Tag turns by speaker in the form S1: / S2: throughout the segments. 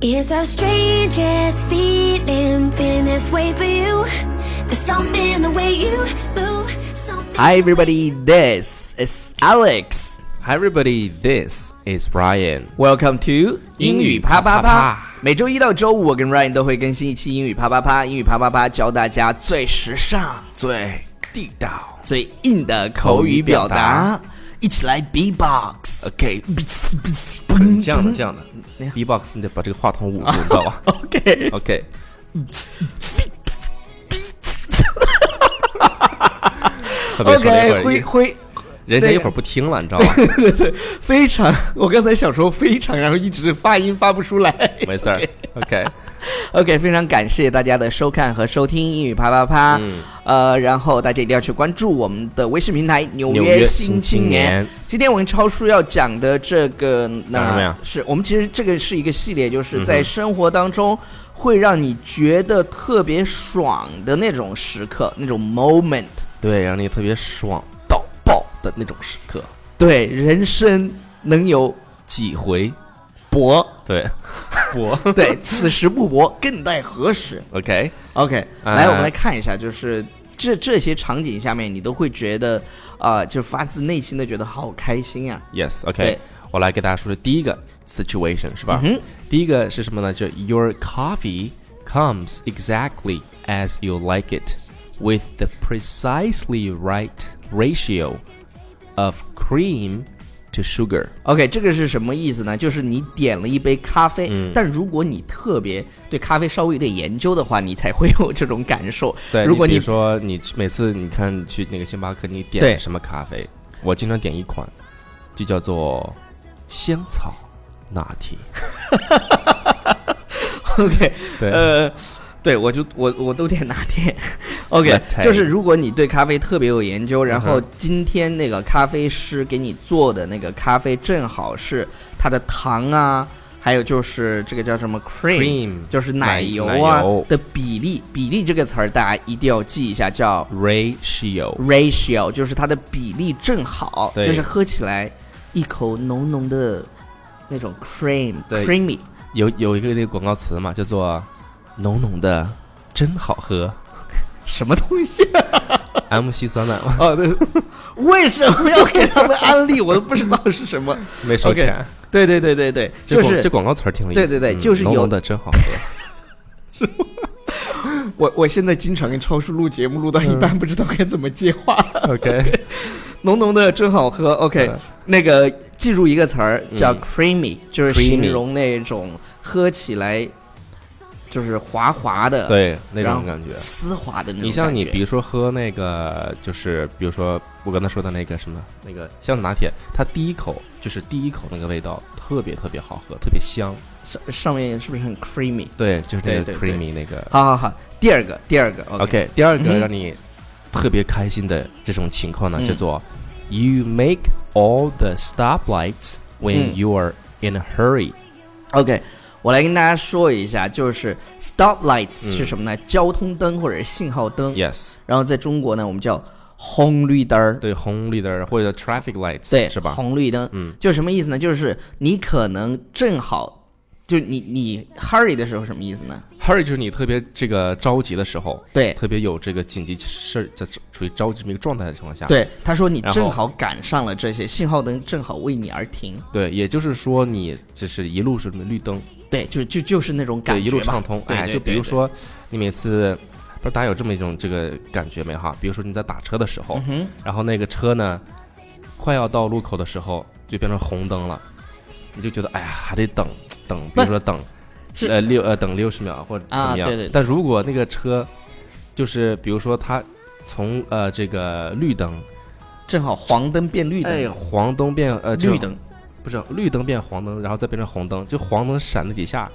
S1: It's our strangest feeling, feeling this way for you. There's something in the way you move. Something
S2: Hi, everybody. This is Alex.
S3: Hi everybody, this is Brian。
S2: Welcome to
S3: 英语啪啪啪。
S2: 每周一到周五，我跟 Ryan 都会更新一期英语啪啪啪。英语啪啪啪教大家最时尚、
S3: 最地道
S2: 最硬的口语表达。一起来 B-box。
S3: ，OK，这样的这样的，B-box，你得把这个话筒捂住，你知道 吧
S2: OK，
S3: ？OK，特别说了一
S2: OK，灰
S3: 会儿，
S2: 灰
S3: 人家一会儿不听了，你知道吧？
S2: 非常，我刚才想说非常，然后一直发音发不出来。
S3: 没事儿，OK，
S2: OK，非常感谢大家的收看和收听《英语啪啪啪》
S3: 嗯
S2: 呃，然后大家一定要去关注我们的微信平台《纽
S3: 纽约
S2: 新
S3: 新青年
S2: 今天我跟超叔要讲的这个，
S3: 讲什么
S2: 那
S3: 呀嗯
S2: 是我们其实这个是一个系列，就是在生活当中会让你觉得特别爽的那种时刻，那种 moment。
S3: 对，让你特别爽到爆的那种时刻，
S2: 对，人生能有
S3: 几回？
S2: 搏，
S3: 对，我
S2: 对，此时不搏，更待何时？
S3: OK，
S2: OK，
S3: 呃
S2: 来，我们来看一下，就是这这些场景下面，你都会觉得，啊，就发自内心的觉得好开心啊。
S3: Yes,
S2: 对
S3: OK，我来给大家说说第一个 situation 是吧？
S2: 嗯哼
S3: 第一个是什么呢？就 Your coffee comes exactly as you like it, with the precisely right ratio of cream to sugar。
S2: OK，这个是什么意思呢？就是你点了一杯咖啡，但如果你特别对咖啡稍微有点研究的话，你才会有这种感受。
S3: 对，
S2: 如果
S3: 你
S2: 你
S3: 比如说你每次你看你去那个星巴克，你
S2: 对
S3: 点什么咖啡？我经常点一款，就叫做香草拿铁。
S2: OK，
S3: 对
S2: 呃，对我就我我都点拿 铁。OK，
S3: Latte
S2: 就是如果你对咖啡特别有研究，
S3: 嗯
S2: 然后今天那个咖啡师给你做的那个咖啡正好是它的糖啊，还有就是这个叫什么 cream，,
S3: Cream，
S2: 就是奶油
S3: 奶
S2: 啊
S3: 奶油
S2: 的比例，比例这个词儿大家一定要记一下，叫
S3: ratio。
S2: ratio，就是它的比例正好，
S3: 对
S2: 就是喝起来一口浓浓的那种 cream
S3: 对
S2: creamy。
S3: 有有一个那个广告词嘛，叫做“浓浓的真好喝
S2: 什么东西？
S3: ”，M 烯酸钠 嘛，
S2: 哦，对，为什么要给他们安利？我都不知道是什么。
S3: 没收
S2: OK，
S3: 钱。
S2: 对对对对对，
S3: 这
S2: 就
S3: 广这
S2: 是
S3: 广告词儿挺有意思
S2: 对
S3: 的。
S2: 对对
S3: 嗯
S2: 就是有
S3: 浓浓的真 好喝。
S2: 我我现在经常跟超叔录节目，录到一半不知道该怎么接 话。
S3: OK，
S2: 浓浓的真好喝。OK，
S3: 嗯
S2: 那个记住一个词儿叫
S3: 嗯
S2: creamy，就是
S3: creamy
S2: 形容那种喝起来就是滑滑的，，
S3: 对那种感觉。
S2: 丝滑的那种。
S3: 你像你，比，如说喝那个，就是比如说我刚才说的那个什么，那个香草拿铁，它第一口就是第一口那个味道特别特别好喝，特别香。
S2: 上上面是不是很 creamy？
S3: 对，就是那
S2: 对对
S3: 个
S2: 对
S3: creamy 那个。
S2: 好好好，第二个，第二个
S3: OK，第二
S2: 嗯
S3: 个
S2: 哼
S3: 让你特别开心的这种情况呢，
S2: 嗯
S3: 叫做 You make all the stoplights
S2: 嗯
S3: when you are in a hurry。
S2: OK，我来跟大家说一下，就是
S3: 嗯
S2: stoplights 是什么呢？交通灯或者是信号灯。
S3: Yes，
S2: 然后在中国呢，我们叫红绿灯儿，
S3: 对，红绿灯儿或者 traffic lights，
S2: 对，
S3: 是吧？
S2: 红绿灯，
S3: 嗯，
S2: 就是什么意思呢？就是你可能正好，就你你 hurry 的时候什么意思呢？
S3: hurry 就是你特别这个着急的时候，
S2: 对
S3: 特别有这个紧急事儿在处于着急这么一个状态的情况下，
S2: 对，他说你
S3: 然后
S2: 正好赶上了这些信号灯，正好为你而停。
S3: 对，也就是说你就是一路是绿灯，
S2: 对，就就就是那种感
S3: 对，
S2: 觉吧，
S3: 一路畅通，
S2: 对
S3: 哎，
S2: 对
S3: 就
S2: 对
S3: 比如
S2: 对
S3: 说你每次。不是大家有这么一种这个感觉没哈？比如说你在打车的时候，
S2: 嗯
S3: 然后那个车呢，快要到路口的时候就变成红灯了，你就觉得哎呀还得等等，比如说等
S2: 是
S3: 呃六呃等六十秒或者怎
S2: 啊
S3: 么样。
S2: 对对对
S3: 但如果那个车就是比如说它从呃这个绿灯，
S2: 正好黄灯变绿灯，
S3: 哎黄灯变呃这个
S2: 绿灯，
S3: 不是绿灯变黄灯，然后再变成红灯，就黄灯闪了几下，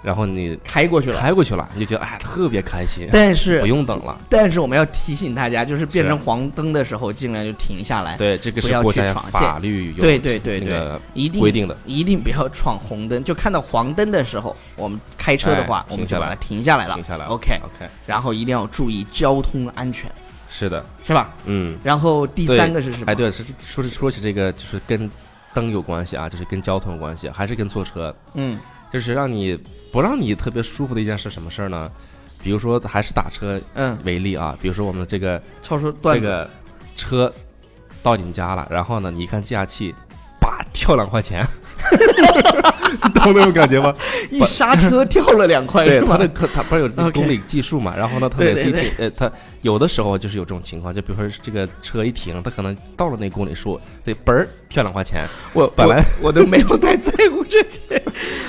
S3: 然后你
S2: 开过去了。
S3: 开过去了，你就觉得哎特别开心，
S2: 但是
S3: 不用等了。
S2: 但是我们要提醒大家，就是变成
S3: 是
S2: 黄灯的时候，尽量就停下来。
S3: 对，这个
S2: 不要
S3: 是国
S2: 去
S3: 家
S2: 闯线
S3: 法律有
S2: 对对对
S3: 那个
S2: 一定
S3: 规定的。
S2: 一定不要闯红灯。就看到黄灯的时候，我们开车的话，
S3: 哎
S2: 我们
S3: 停下
S2: 就把
S3: 来
S2: 它停下来了。
S3: 停下来了
S2: OK，
S3: OK，
S2: 然后一定要注意交通安全，
S3: 是的，
S2: 是吧？
S3: 嗯。
S2: 然后第
S3: 对
S2: 三个是什么？
S3: 哎，对，是说说起这个，就是跟灯有关系啊，就是跟交通有关系，还是跟坐车。
S2: 嗯，
S3: 就是让你不让你特别舒服的一件事，什么事儿呢？比如说还是打车
S2: 嗯，
S3: 为例啊，比如说我们这个
S2: 超出段
S3: 这
S2: 子，
S3: 个车到你们家了，然后呢，你一看计价器，叭跳两块钱， 你懂那种感觉吗？
S2: 一刹车跳了两块
S3: 对
S2: 是，
S3: 它
S2: 吧
S3: 的？可它不是有
S2: OK
S3: 公里计数嘛？然后呢，它
S2: 对
S3: 每
S2: 对
S3: 次一停，呃，它有的时候就是有这种情况，就比如说这个车一停，它可能到了那公里数，得嘣儿跳两块钱。
S2: 我
S3: 本来
S2: 我我都没有太在乎这些。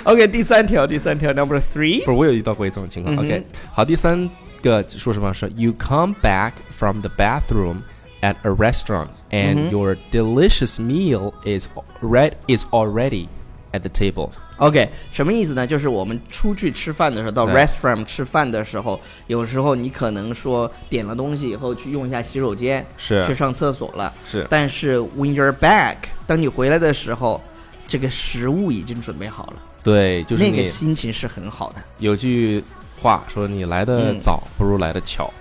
S2: OK，第三条，第三条，Number Three，
S3: 不是，我有遇到过这种情况。
S2: 嗯哼
S3: OK，好，第三个说什么是 You come back from the bathroom at a restaurant and
S2: 嗯哼
S3: your delicious meal is red is already at the table。
S2: OK，什么意思呢？就是我们出去吃饭的时候，到
S3: 对
S2: restaurant 吃饭的时候，有时候你可能说点了东西以后去用一下洗手间，
S3: 是
S2: 去上厕所了。
S3: 是
S2: 但是 when you're back，当你回来的时候，这个食物已经准备好了，
S3: 对，就是
S2: 那个
S3: 你
S2: 心情是很好 的。
S3: 有句话说，你来的
S2: 嗯
S3: 早不如来的巧。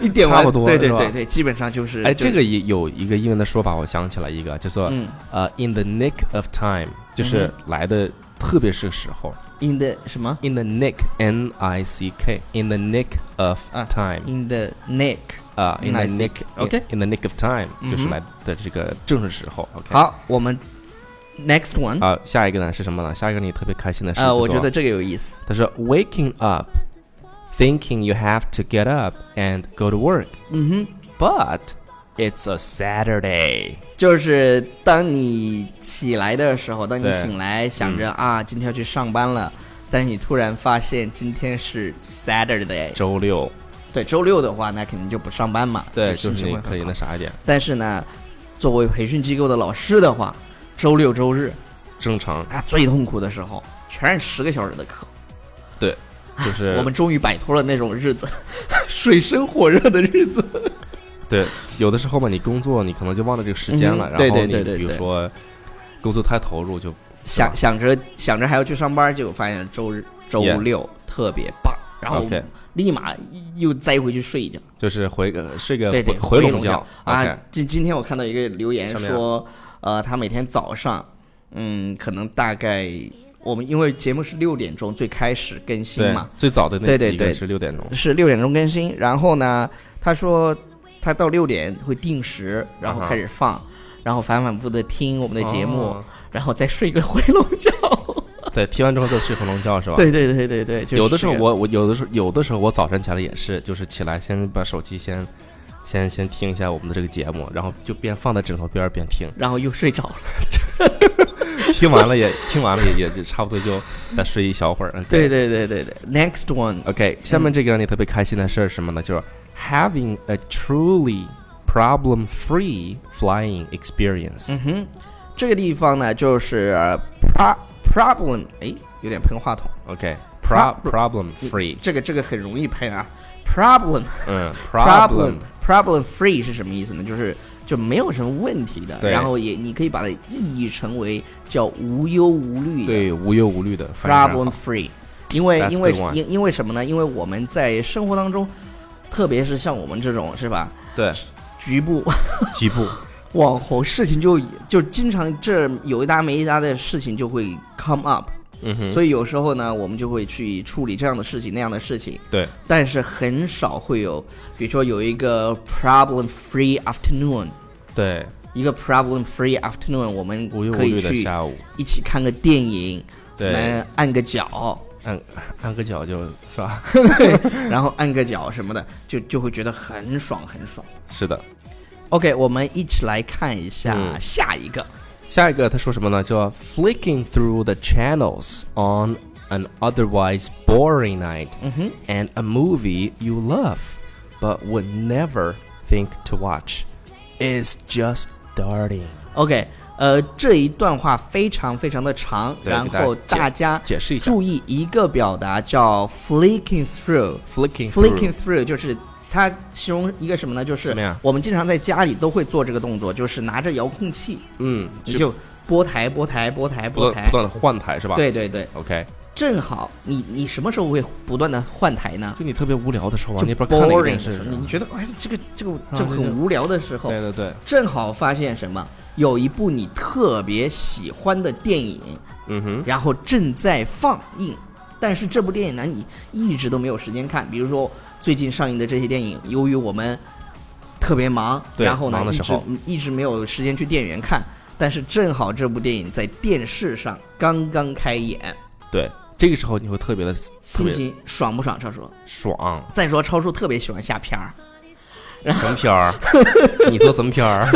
S2: 一点
S3: 差
S2: 完，
S3: 不多
S2: 对对
S3: 是吧
S2: 对对，基本上就是
S3: 哎，
S2: 就
S3: 这个也有一个英文的说法，我想起来一个，叫做、
S2: 嗯
S3: 呃，in the nick of time，就是来的特别是时候。
S2: in the 什么
S3: in the nick，n i c k，in the nick of
S2: 啊
S3: time，
S2: in the neck。
S3: 啊，in the
S2: nice OK
S3: nick，OK，in the nick of time，就是来的这个正是时候。OK，，
S2: 好，我们 next one
S3: 啊，下一个呢是什么呢？下一个你特别开心的事，
S2: 啊，
S3: 叫
S2: 我觉
S3: 做
S2: 得这个有意思。
S3: 他说 waking up，thinking you have to get up and go to work，but
S2: 嗯哼。
S3: it's a Saturday。
S2: 就是当你起来的时候，当你
S3: 对嗯
S2: 醒来想着、啊，今天要去上班了，但你突然发现今天是 Saturday，
S3: 周六，
S2: 对，周六的话那肯定就不上班嘛，
S3: 对，
S2: 心
S3: 就是
S2: 情
S3: 你
S2: 会
S3: 可以
S2: 很
S3: 那
S2: 好。
S3: 啥一点，
S2: 但是呢，作为培训机构的老师的话，周六周日
S3: 正常，
S2: 啊最痛苦的时候，全是十个小时的课。
S3: 就是
S2: 我们终于摆脱了那种日子， 水深火热的日子。
S3: 对，有的时候嘛，你工作你可能就忘了这个时间了，
S2: 嗯哼对
S3: 然后
S2: 对
S3: 你
S2: 对对
S3: 比如
S2: 对
S3: 说工作太投入就
S2: 想想着想着还要去上班，结果发现周日周
S3: Yeah
S2: 六特别棒，然后
S3: OK
S2: 立马又栽回去睡一觉，
S3: 就是回个睡个
S2: 对
S3: 回
S2: 对，
S3: 回
S2: 笼
S3: 笼觉
S2: 啊
S3: OK，！啊
S2: 今今天我看到一个留言
S3: 什么呀
S2: 说，呃，他每天早上，嗯，可能大概我们因为节目是六点钟最开始更新
S3: 对
S2: 嘛，，
S3: 最早的那
S2: 对对
S3: 一个
S2: 对
S3: 是六点钟，
S2: 是六点钟更新，然后呢，他说他到六点会定时，然后
S3: 啊哈
S2: 开始放，然后反反复复的听我们的节目
S3: 哦，
S2: 然后再睡个回笼觉。
S3: 对，听完之后再睡回笼觉是吧？。
S2: 对对对对对，就是
S3: 有的时候
S2: 这个
S3: 我我有的时候有的时候我早晨起来也是，就是起来先把手机先先先听一下我们的这个节目，然后就边放在枕头边儿边听，
S2: 然后又睡着了。
S3: 听完了也听完了也也就差不多就再睡一小会儿。嗯
S2: 对对对对对，Next one，
S3: OK，下面这个让你特别开心的事儿是什么呢？就是 having a truly problem-free flying experience。
S2: 嗯哼，这个地方呢就是 pro problem，哎，有点喷话筒。
S3: OK，pro
S2: Prob-
S3: problem-free，
S2: 这个这个很容易喷啊。problem
S3: 嗯
S2: problem
S3: ，problem，
S2: problem free 是什么意思呢？就是就没有什么问题的，
S3: 对
S2: 然后也你可以把它意译成为叫无忧无虑的
S3: 对，无忧无虑的翻译
S2: problem free，因为
S3: That's
S2: 因为
S3: good one
S2: 因因为什么呢？因为我们在生活当中，特别是像我们这种是吧，
S3: 对，
S2: 局部
S3: 局部，
S2: 网红事情就就经常这有一搭没一搭的事情就会 come up，
S3: 嗯哼，
S2: 所以有时候呢，我们就会去处理这样的事情那样的事情，
S3: 对，
S2: 但是很少会有，比如说有一个 problem free afternoon，
S3: 对，
S2: 一个 problem free afternoon，我们
S3: 无忧无
S2: 可以
S3: 虑的
S2: 去
S3: 下午，
S2: 一起看个电影，
S3: 对，
S2: 来按个 脚，
S3: 按按个脚就是 吧？
S2: 然后按个脚什么的，就就会觉得很爽很爽。
S3: 是的。
S2: OK，我们一起来看一下
S3: 嗯
S2: 下一个。
S3: 下一个他说什么呢？叫 flicking through the channels on an otherwise boring night
S2: Mm-hmm.
S3: and a movie you love but would never think to watch is just starting。
S2: OK，呃，这一段话非常非常的长，
S3: 对
S2: 然
S3: 给大家
S2: 后大家
S3: 解解释一下
S2: 注意一个表达叫 flicking through。
S3: flicking
S2: flicking through
S3: through，
S2: 就是它形容一个什么呢？就
S3: 什
S2: 是
S3: 么呀
S2: 我们经常在家里都会做这个动作，就是拿着遥控器，
S3: 嗯，
S2: 你就拨台、拨台、拨台、
S3: 不
S2: 拨
S3: 断不
S2: 台。
S3: 断的换台是吧？
S2: 对对对，
S3: ，OK，
S2: 正好你你什么时候会不断的换台呢？
S3: 就你特别无聊的时候啊，
S2: 就
S3: 你也不知道看哪个
S2: boring
S3: 电
S2: 的时
S3: 视
S2: 候，，你觉得哎这个这个
S3: 啊
S2: 这个
S3: 对
S2: 很
S3: 对
S2: 无聊的时候
S3: 对，对对，
S2: 正好发现什么有一部你特别喜欢的电影，
S3: 嗯哼，
S2: 然后正在放映，但是这部电影呢，你一直都没有时间看。比如说最近上映的这些电影，由于我们特别忙，
S3: 对
S2: 然后呢
S3: 忙的
S2: 一
S3: 时
S2: 直嗯
S3: 候
S2: 一直没有时间去电影院看。但是正好这部电影在电视上刚刚开演，
S3: 对，这个时候你会特别的特
S2: 心
S3: 别
S2: 情爽不爽？超叔，
S3: 爽。
S2: 再说超叔特别喜欢下片儿，
S3: 什么 片儿？你说什么片儿？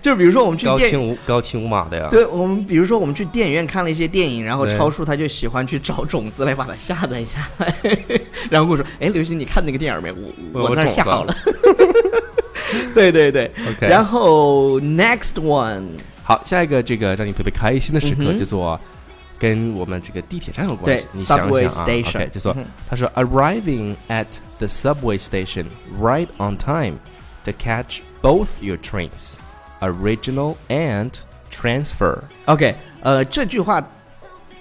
S2: 就是比如说我们去
S3: 高
S2: 电
S3: 清无高清无码的呀？
S2: 对我们，比如说我们去电影院看了一些电影，然后
S3: 啊对
S2: 超叔他就喜欢去找种子来把它下载下来，然后跟我说：“哎，刘星，你看那个电影没？我
S3: 我有
S2: 那儿
S3: 种
S2: 下
S3: 子
S2: 好 了。”对对对
S3: OK
S2: 然后 next one，
S3: 好，下一个这个让你特别开心的时刻
S2: 嗯哼
S3: 叫做跟我们这个地铁站有关
S2: 对
S3: 系。你想想啊
S2: subway station
S3: OK，就说
S2: 嗯哼
S3: 他说 arriving at the subway station right on time to catch both your trains, original and transfer。
S2: OK，呃，这句话，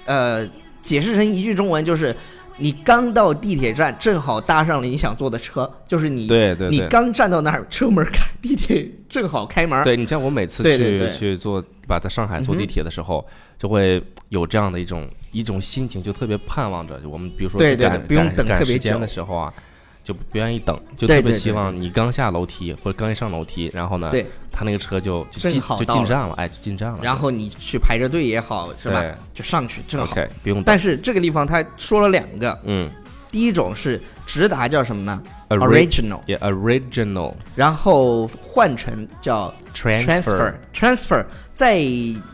S2: 呃，解释成一句中文就是：你刚到地铁站，正好搭上了你想坐的车，就是你
S3: 对对
S2: 你
S3: 对
S2: 刚站到那儿，车门开，地铁正好开门，
S3: 对你像我每次去
S2: 对对嗯对
S3: 去坐，吧，在上海坐地铁的时候，就会有这样的一种一种心情，就特别盼望着。就我们比如说
S2: 对
S3: 去
S2: 对
S3: 赶
S2: 对不用
S3: 赶
S2: 等
S3: 赶
S2: 特别
S3: 时间
S2: 久
S3: 的时候啊，就不愿意等，就
S2: 对
S3: 特别
S2: 对
S3: 希
S2: 对
S3: 望你刚下楼梯或者刚一上楼梯，然后呢，
S2: 对
S3: 他那个车就就
S2: 正
S3: 进
S2: 好
S3: 就
S2: 到
S3: 进
S2: 了
S3: 站了，哎，就进站了。
S2: 然后你去排着队也好，是吧
S3: 对？
S2: 就上去正好。
S3: OK，不用等。
S2: 但是这个地方他说了两个，
S3: 嗯呃
S2: 第一种是直达叫什么呢
S3: Ori-
S2: ？original，
S3: ，yeah, original
S2: 然后换成叫 transfer
S3: transfer。
S2: transfer，在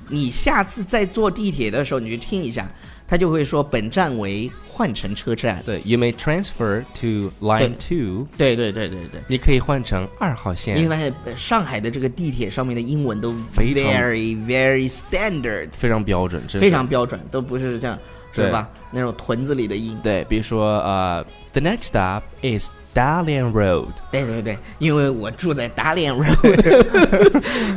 S2: 你下次再坐地铁的时候，你去听一下，他就会说本站为换乘车站。
S3: 对，you may transfer to line two。
S2: 对对对对对。
S3: 你可以换成二号
S2: 你会
S3: 线，
S2: 发现呃上海的这个地铁上面的英文都
S3: 非常
S2: very very standard，
S3: 非常标准，真
S2: 非
S3: 是
S2: 常标准，都不是这样，是
S3: 对
S2: 吧？那种屯子里的音。
S3: 对，比如说呃、t h e next stop is Dalian Road。
S2: 对对对，因为我住在打脸 road，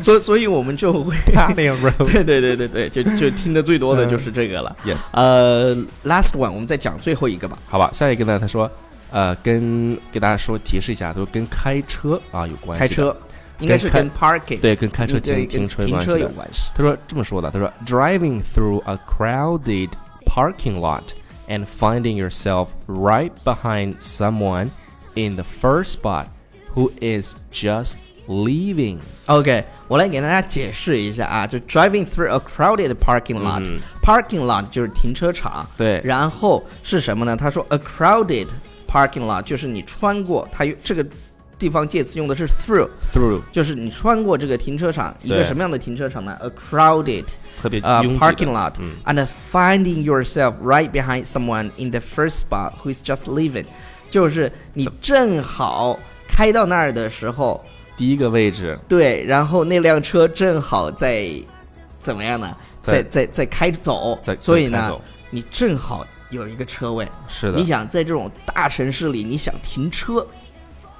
S2: 所以所以我们就会，
S3: Dalian Road。
S2: 对对对对对，就就听的最多的就是这个了。
S3: 嗯 yes，
S2: 呃，last one，我们再讲最后一个吧。
S3: 好吧，下一个呢？他说，呃，跟给大家说提示一下，他说跟开车啊有关系
S2: 开
S3: 的，
S2: 车应该是跟 parking 嗯
S3: 对，跟开车停
S2: 对
S3: 停
S2: 跟
S3: 车有
S2: 停
S3: 关系
S2: 车有
S3: 的。
S2: 关系。
S3: 他说这么说的，他说 driving through a crowded parking lot and finding yourself right behind someone in the first spot who is just leaving。
S2: OK，我来给大家解释一下啊，就 driving through a crowded parking lot，parking、lot 就是停车场，
S3: 嗯对
S2: 然后是什么呢？他说 a crowded parking lot 就是你穿过它，这个地方介词用的是 through。
S3: through
S2: 就是你穿过这个停车场，一个
S3: 对
S2: 什么样的停车场呢？A crowded
S3: 特别
S2: 呃、
S3: 拥挤的嗯
S2: parking lot、and finding yourself right behind someone in the first spot who is just leaving，就是你正好开到那儿的时候，
S3: 第一个位置，
S2: 对，然后那辆车正好在怎么样呢？在在
S3: 在
S2: 在开走
S3: 在，
S2: 所以
S3: 在开
S2: 呢
S3: 走，
S2: 你正好有一个车位。
S3: 是的
S2: 你，想在这种大城市里，你想停车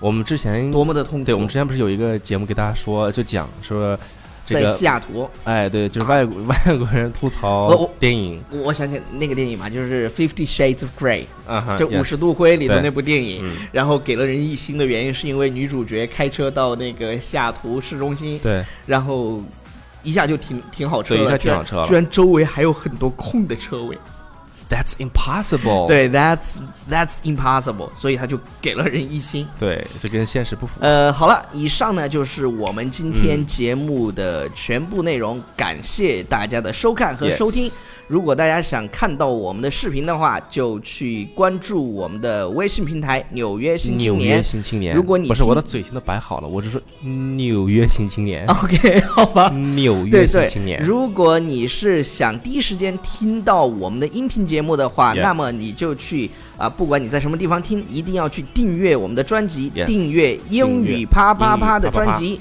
S3: 我们之前
S2: 多么的痛苦？
S3: 嗯对，我们之前不是有一个节目给大家说，就讲说这
S2: 在
S3: 个
S2: 西，雅图，
S3: 哎，对，就是外国 外国人吐
S2: 我
S3: 槽
S2: 哦我
S3: 电影，
S2: 我我想起那个电影嘛，就是《Fifty Shades of Grey》，
S3: 啊哈，
S2: 就《
S3: yes
S2: 五十，度灰》里头
S3: 对嗯
S2: 那部电影，然后给了人一星的原因是因为女主角开车到那个西雅图市中心，
S3: 对，
S2: 然后一下就停停好车了，
S3: 对一下
S2: 居然
S3: 停好车了
S2: 居然周围还有很多空的车位。
S3: That's impossible，
S2: 对，That's That's impossible，所以他就给了人一星。
S3: 对，这跟现实不符。
S2: 呃，好了，以上呢就是我们今天节目的全部内容，感谢大家的收看和
S3: Yes
S2: 收听。如果大家想看到我们的视频的话，就去关注我们的微信平台《纽约新青
S3: 纽
S2: 年
S3: 约》。新青年，
S2: 如果你
S3: 不是
S2: 听
S3: 我的嘴现在摆好了，我就说纽约新青年，
S2: OK，好吧。
S3: 纽
S2: 哦对
S3: 约新
S2: 对
S3: 青，年，
S2: 如果你是想第一时间听到我们的音频节目的话
S3: Yeah
S2: 那么你就去啊、不管你在什么地方听，一定要去订阅我们的专辑
S3: Yes
S2: 订阅英
S3: 订
S2: 语
S3: 阅
S2: 啪啪
S3: 英语
S2: 啪的
S3: 啪啪啪
S2: 专辑。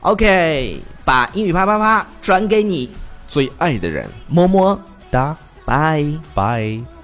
S2: OK，把英语啪啪啪转给你，
S3: 最爱的人，
S2: 么么
S3: 哒，
S2: 拜。
S3: 拜。
S1: Oh.